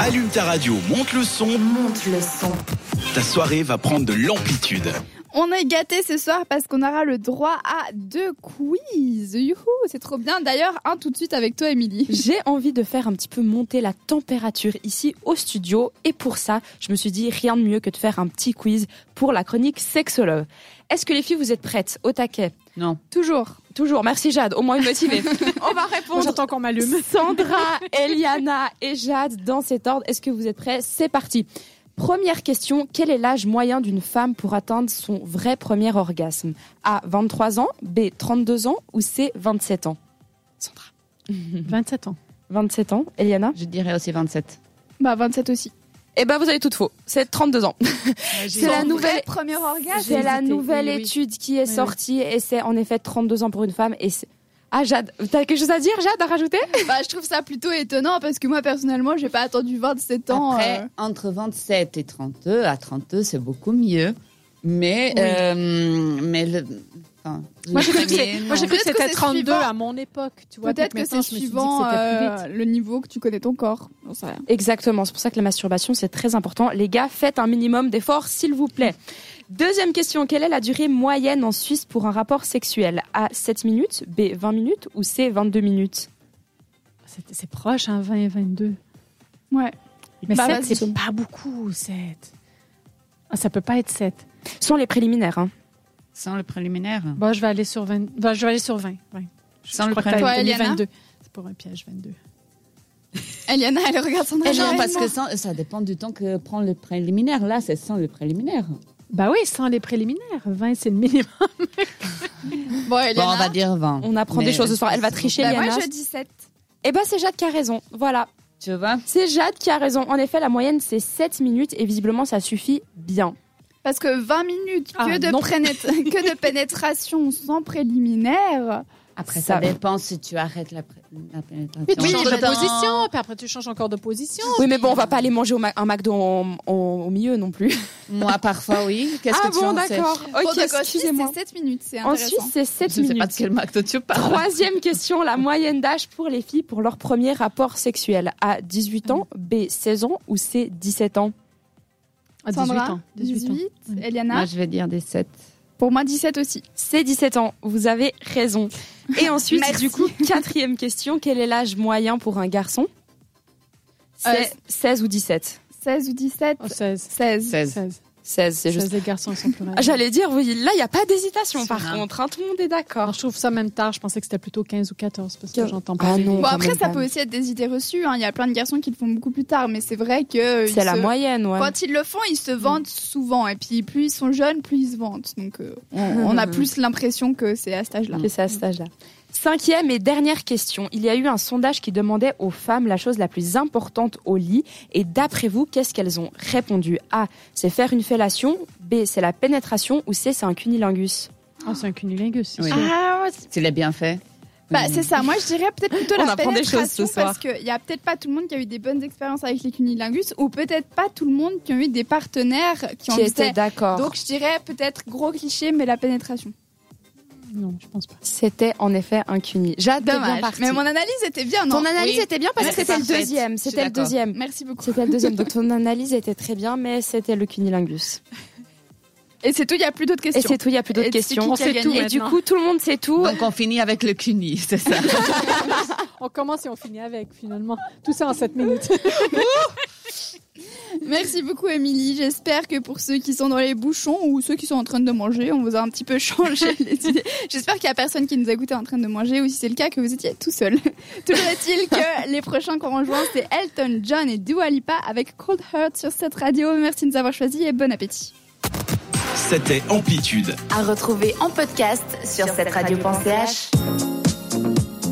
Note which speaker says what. Speaker 1: Allume ta radio, monte le son.
Speaker 2: Monte le son.
Speaker 1: Ta soirée va prendre de l'amplitude.
Speaker 3: On est gâtés ce soir parce qu'on aura le droit à deux quiz. Youhou, c'est trop bien. D'ailleurs, un tout de suite avec toi, Émilie.
Speaker 4: J'ai envie de faire un petit peu monter la température ici au studio et pour ça, je me suis dit rien de mieux que de faire un petit quiz pour la chronique sexologue. Est-ce que les filles vous êtes prêtes au taquet
Speaker 5: Non.
Speaker 3: Toujours.
Speaker 4: Toujours, merci Jade, au moins une motivée. On va répondre.
Speaker 5: J'attends qu'on m'allume.
Speaker 4: Sandra, Eliana et Jade dans cet ordre. Est-ce que vous êtes prêts C'est parti. Première question, quel est l'âge moyen d'une femme pour atteindre son vrai premier orgasme A 23 ans, B 32 ans ou C 27 ans Sandra.
Speaker 5: 27 ans.
Speaker 4: 27 ans, Eliana
Speaker 5: Je dirais aussi 27.
Speaker 3: Bah, 27 aussi.
Speaker 4: Eh ben vous avez tout faux, c'est 32 ans. C'est la
Speaker 3: Son
Speaker 4: nouvelle-
Speaker 3: vrai premier orgasme.
Speaker 4: C'est la
Speaker 5: hésité.
Speaker 4: nouvelle
Speaker 5: Oui, oui.
Speaker 4: étude qui est
Speaker 5: Oui,
Speaker 4: sortie et c'est en effet 32 ans pour une femme et c'est- Ah Jade, t'as quelque chose à dire Jade à rajouter
Speaker 3: Bah, je trouve ça plutôt étonnant parce que moi, personnellement, j'ai pas attendu 27 ans.
Speaker 6: Après,
Speaker 3: euh.
Speaker 6: entre 27 et 32, à 32, c'est beaucoup mieux. Mais,
Speaker 5: Oui.
Speaker 6: euh, mais le. enfin,
Speaker 5: Moi, j'ai
Speaker 6: le
Speaker 5: cru que c'est-
Speaker 6: premier,
Speaker 5: moi, j'ai cru
Speaker 6: non.
Speaker 5: que
Speaker 3: Peut-être que
Speaker 5: c'était
Speaker 3: c'est
Speaker 5: 32
Speaker 3: suivant.
Speaker 5: à mon époque. Tu vois,
Speaker 3: Peut-être que
Speaker 5: donc
Speaker 3: c'est
Speaker 5: maintenant, je me suis dit que
Speaker 3: suivant
Speaker 5: c'était plus
Speaker 3: euh,
Speaker 5: vite.
Speaker 3: le niveau que tu connais ton corps. J'en sais rien.
Speaker 4: Exactement, c'est pour ça que la masturbation c'est très important. Les gars, faites un minimum d'efforts s'il vous plaît. Deuxième question, quelle est la durée moyenne en Suisse pour un rapport sexuel A 7 minutes, B 20 minutes ou C 22 minutes
Speaker 5: C'était- C'est proche, hein, 20 et 22.
Speaker 3: Ouais.
Speaker 5: Mais
Speaker 3: Bah,
Speaker 5: 7,
Speaker 3: vas-y.
Speaker 5: c'est pas beaucoup, 7. Ah, ça peut pas être 7.
Speaker 4: Sans les préliminaires. hein.
Speaker 6: Sans le préliminaire.
Speaker 5: Bon, je vais aller sur 20. Bah, je vais aller sur 20. ouais. Je,
Speaker 6: Sans
Speaker 5: je
Speaker 6: le
Speaker 5: crois que
Speaker 3: Toi,
Speaker 5: t'avais
Speaker 6: préliminaire.
Speaker 5: mis
Speaker 3: Eliana
Speaker 5: 22. C'est pour un piège, 22.
Speaker 3: Eliana, elle regarde son
Speaker 6: Eh
Speaker 3: agenda.
Speaker 6: non, parce que sans- ça dépend du temps que prend le préliminaire. Là, c'est sans le préliminaire.
Speaker 5: Bah oui, sans les préliminaires. 20, c'est le minimum.
Speaker 3: Bon,
Speaker 6: Bon,
Speaker 3: Eliana.
Speaker 6: on va dire 20.
Speaker 4: On apprend des
Speaker 6: Mais
Speaker 4: choses ce soir. Elle va
Speaker 6: c'est-
Speaker 4: tricher,
Speaker 3: Bah,
Speaker 4: Eliana.
Speaker 3: moi, je dis 7.
Speaker 4: Eh ben c'est Jade qui a raison. Voilà.
Speaker 6: Tu vois
Speaker 4: C'est Jade qui a raison. En effet, la moyenne c'est 7 minutes et visiblement ça suffit bien.
Speaker 3: Parce que 20 minutes
Speaker 5: Ah,
Speaker 3: que, de
Speaker 5: non.
Speaker 3: prénét- que de pénétration sans préliminaire.
Speaker 6: Après,
Speaker 4: Ça-
Speaker 6: ça, dépend si tu arrêtes la, pré- la pénétration.
Speaker 5: Mais tu
Speaker 3: Oui,
Speaker 5: changes de
Speaker 6: Attends.
Speaker 5: position, puis après tu changes encore de position.
Speaker 4: Oui, mais bon, on va pas aller manger au Ma- un McDo en- en- au milieu non plus.
Speaker 6: Moi, parfois, oui. Qu'est-ce
Speaker 4: Ah
Speaker 6: que tu en sais
Speaker 3: Pour
Speaker 4: Ok,
Speaker 3: de gauche,
Speaker 4: excusez-moi.
Speaker 3: c'est 7 minutes, c'est
Speaker 4: Ensuite,
Speaker 3: intéressant.
Speaker 4: c'est 7
Speaker 6: Je ne sais pas de
Speaker 4: minutes.
Speaker 6: quel McDo tu parles.
Speaker 4: Troisième question, la moyenne d'âge pour les filles pour leur premier rapport sexuel. A 18 ans, B 16 ans ou C 17 ans
Speaker 5: Ah, 18
Speaker 3: Sandra,
Speaker 5: ans. 18 ans.
Speaker 3: 18,
Speaker 5: Oui.
Speaker 3: Eliana.
Speaker 6: Moi, je vais dire des 7.
Speaker 3: Pour moi, 17 aussi.
Speaker 4: C'est 17 ans, vous avez raison. Et ensuite,
Speaker 3: Merci.
Speaker 4: du coup, quatrième question, quel est l'âge moyen pour un garçon C'est
Speaker 3: Euh,
Speaker 4: 16 ou 17
Speaker 3: 16 ou 17
Speaker 5: Oh, 16.
Speaker 3: 16.
Speaker 6: 16.
Speaker 5: 16.
Speaker 4: 16, c'est juste.
Speaker 5: 16, les garçons ils sont plus
Speaker 4: Ah,
Speaker 5: rares.
Speaker 4: J'allais dire, oui, là, il n'y a pas d'hésitation
Speaker 6: C'est
Speaker 4: par
Speaker 6: rare.
Speaker 4: contre, hein, tout le monde est
Speaker 5: Alors,
Speaker 4: d'accord.
Speaker 5: je trouve ça même tard. Je pensais que c'était plutôt 15 ou 14 parce que
Speaker 4: Quinze.
Speaker 5: j'entends
Speaker 4: Ah
Speaker 5: pas.
Speaker 4: non.
Speaker 3: Bon,
Speaker 4: quand
Speaker 3: après,
Speaker 4: même,
Speaker 3: ça
Speaker 4: quand
Speaker 3: peut
Speaker 4: même.
Speaker 3: aussi être des idées reçues. hein. Il y a plein de garçons qui le font beaucoup plus tard, mais c'est vrai que. ils
Speaker 4: C'est la
Speaker 3: se-
Speaker 4: moyenne, ouais. Mm.
Speaker 3: Quand ils le font, ils se vantent souvent. Et puis, plus ils sont jeunes, plus ils se vantent. Donc, euh,
Speaker 4: Mm,
Speaker 3: on a plus l'impression que c'est à cet âge-là.
Speaker 4: C'est ça, à cet âge-là. Cinquième et dernière question. Il y a eu un sondage qui demandait aux femmes la chose la plus importante au lit. Et d'après vous, qu'est-ce qu'elles ont répondu A. C'est faire une fellation. B. C'est la pénétration. Ou C. C'est un cunilingus.
Speaker 5: Ah, c'est un cunilingus. c'est
Speaker 6: Oui.
Speaker 5: sûr.
Speaker 3: Ah, ouais,
Speaker 6: Tu l'as bien fait.
Speaker 3: Bah,
Speaker 6: Oui.
Speaker 3: c'est ça. Moi, je dirais peut-être plutôt
Speaker 4: On
Speaker 3: la
Speaker 4: apprend des
Speaker 3: pénétration
Speaker 4: choses ce soir.
Speaker 3: parce qu'il y a peut-être pas tout le monde qui a eu des bonnes expériences avec les cunilingus ou peut-être pas tout le monde qui a eu des partenaires qui en
Speaker 4: Qui était
Speaker 3: étaient.
Speaker 4: d'accord.
Speaker 3: Donc, je dirais peut-être gros cliché, mais la pénétration.
Speaker 5: Non, je pense pas.
Speaker 4: C'était en effet un cuni. J'adore bien
Speaker 3: Dommage.
Speaker 4: parti.
Speaker 3: Mais mon analyse était bien, non
Speaker 4: Ton analyse
Speaker 6: Oui.
Speaker 4: était bien parce
Speaker 6: Ouais,
Speaker 4: que
Speaker 6: c'est
Speaker 4: c'était le
Speaker 6: parfaite.
Speaker 4: deuxième.
Speaker 6: Je suis
Speaker 4: C'était le
Speaker 6: d'accord.
Speaker 4: deuxième.
Speaker 3: Merci beaucoup.
Speaker 4: C'était le deuxième. Donc ton analyse était très bien, mais c'était le cunilingus.
Speaker 3: Et c'est tout. Il y a plus d'autres
Speaker 4: Et
Speaker 3: questions.
Speaker 4: c'est tout, il n'y a plus d'autres
Speaker 3: Et c'est
Speaker 4: questions.
Speaker 3: qui qui a gagné
Speaker 4: Et du coup, tout le monde sait tout.
Speaker 6: Donc, on finit avec le CUNY, c'est ça.
Speaker 5: On commence et on finit avec, finalement. Tout ça en 7 minutes.
Speaker 3: Merci beaucoup, Émilie. J'espère que pour ceux qui sont dans les bouchons ou ceux qui sont en train de manger, on vous a un petit peu changé les idées. J'espère qu'il n'y a personne qui nous a écouté en train de manger ou si c'est le cas, que vous étiez tout seul. Toujours est-il que les prochains qu'on rejoint, c'est Elton John et Dua Lipa avec Cold Heart sur cette radio. Merci de nous avoir choisis et bon appétit.
Speaker 1: C'était Amplitude.
Speaker 2: À retrouver en podcast sur, cette radio.ch.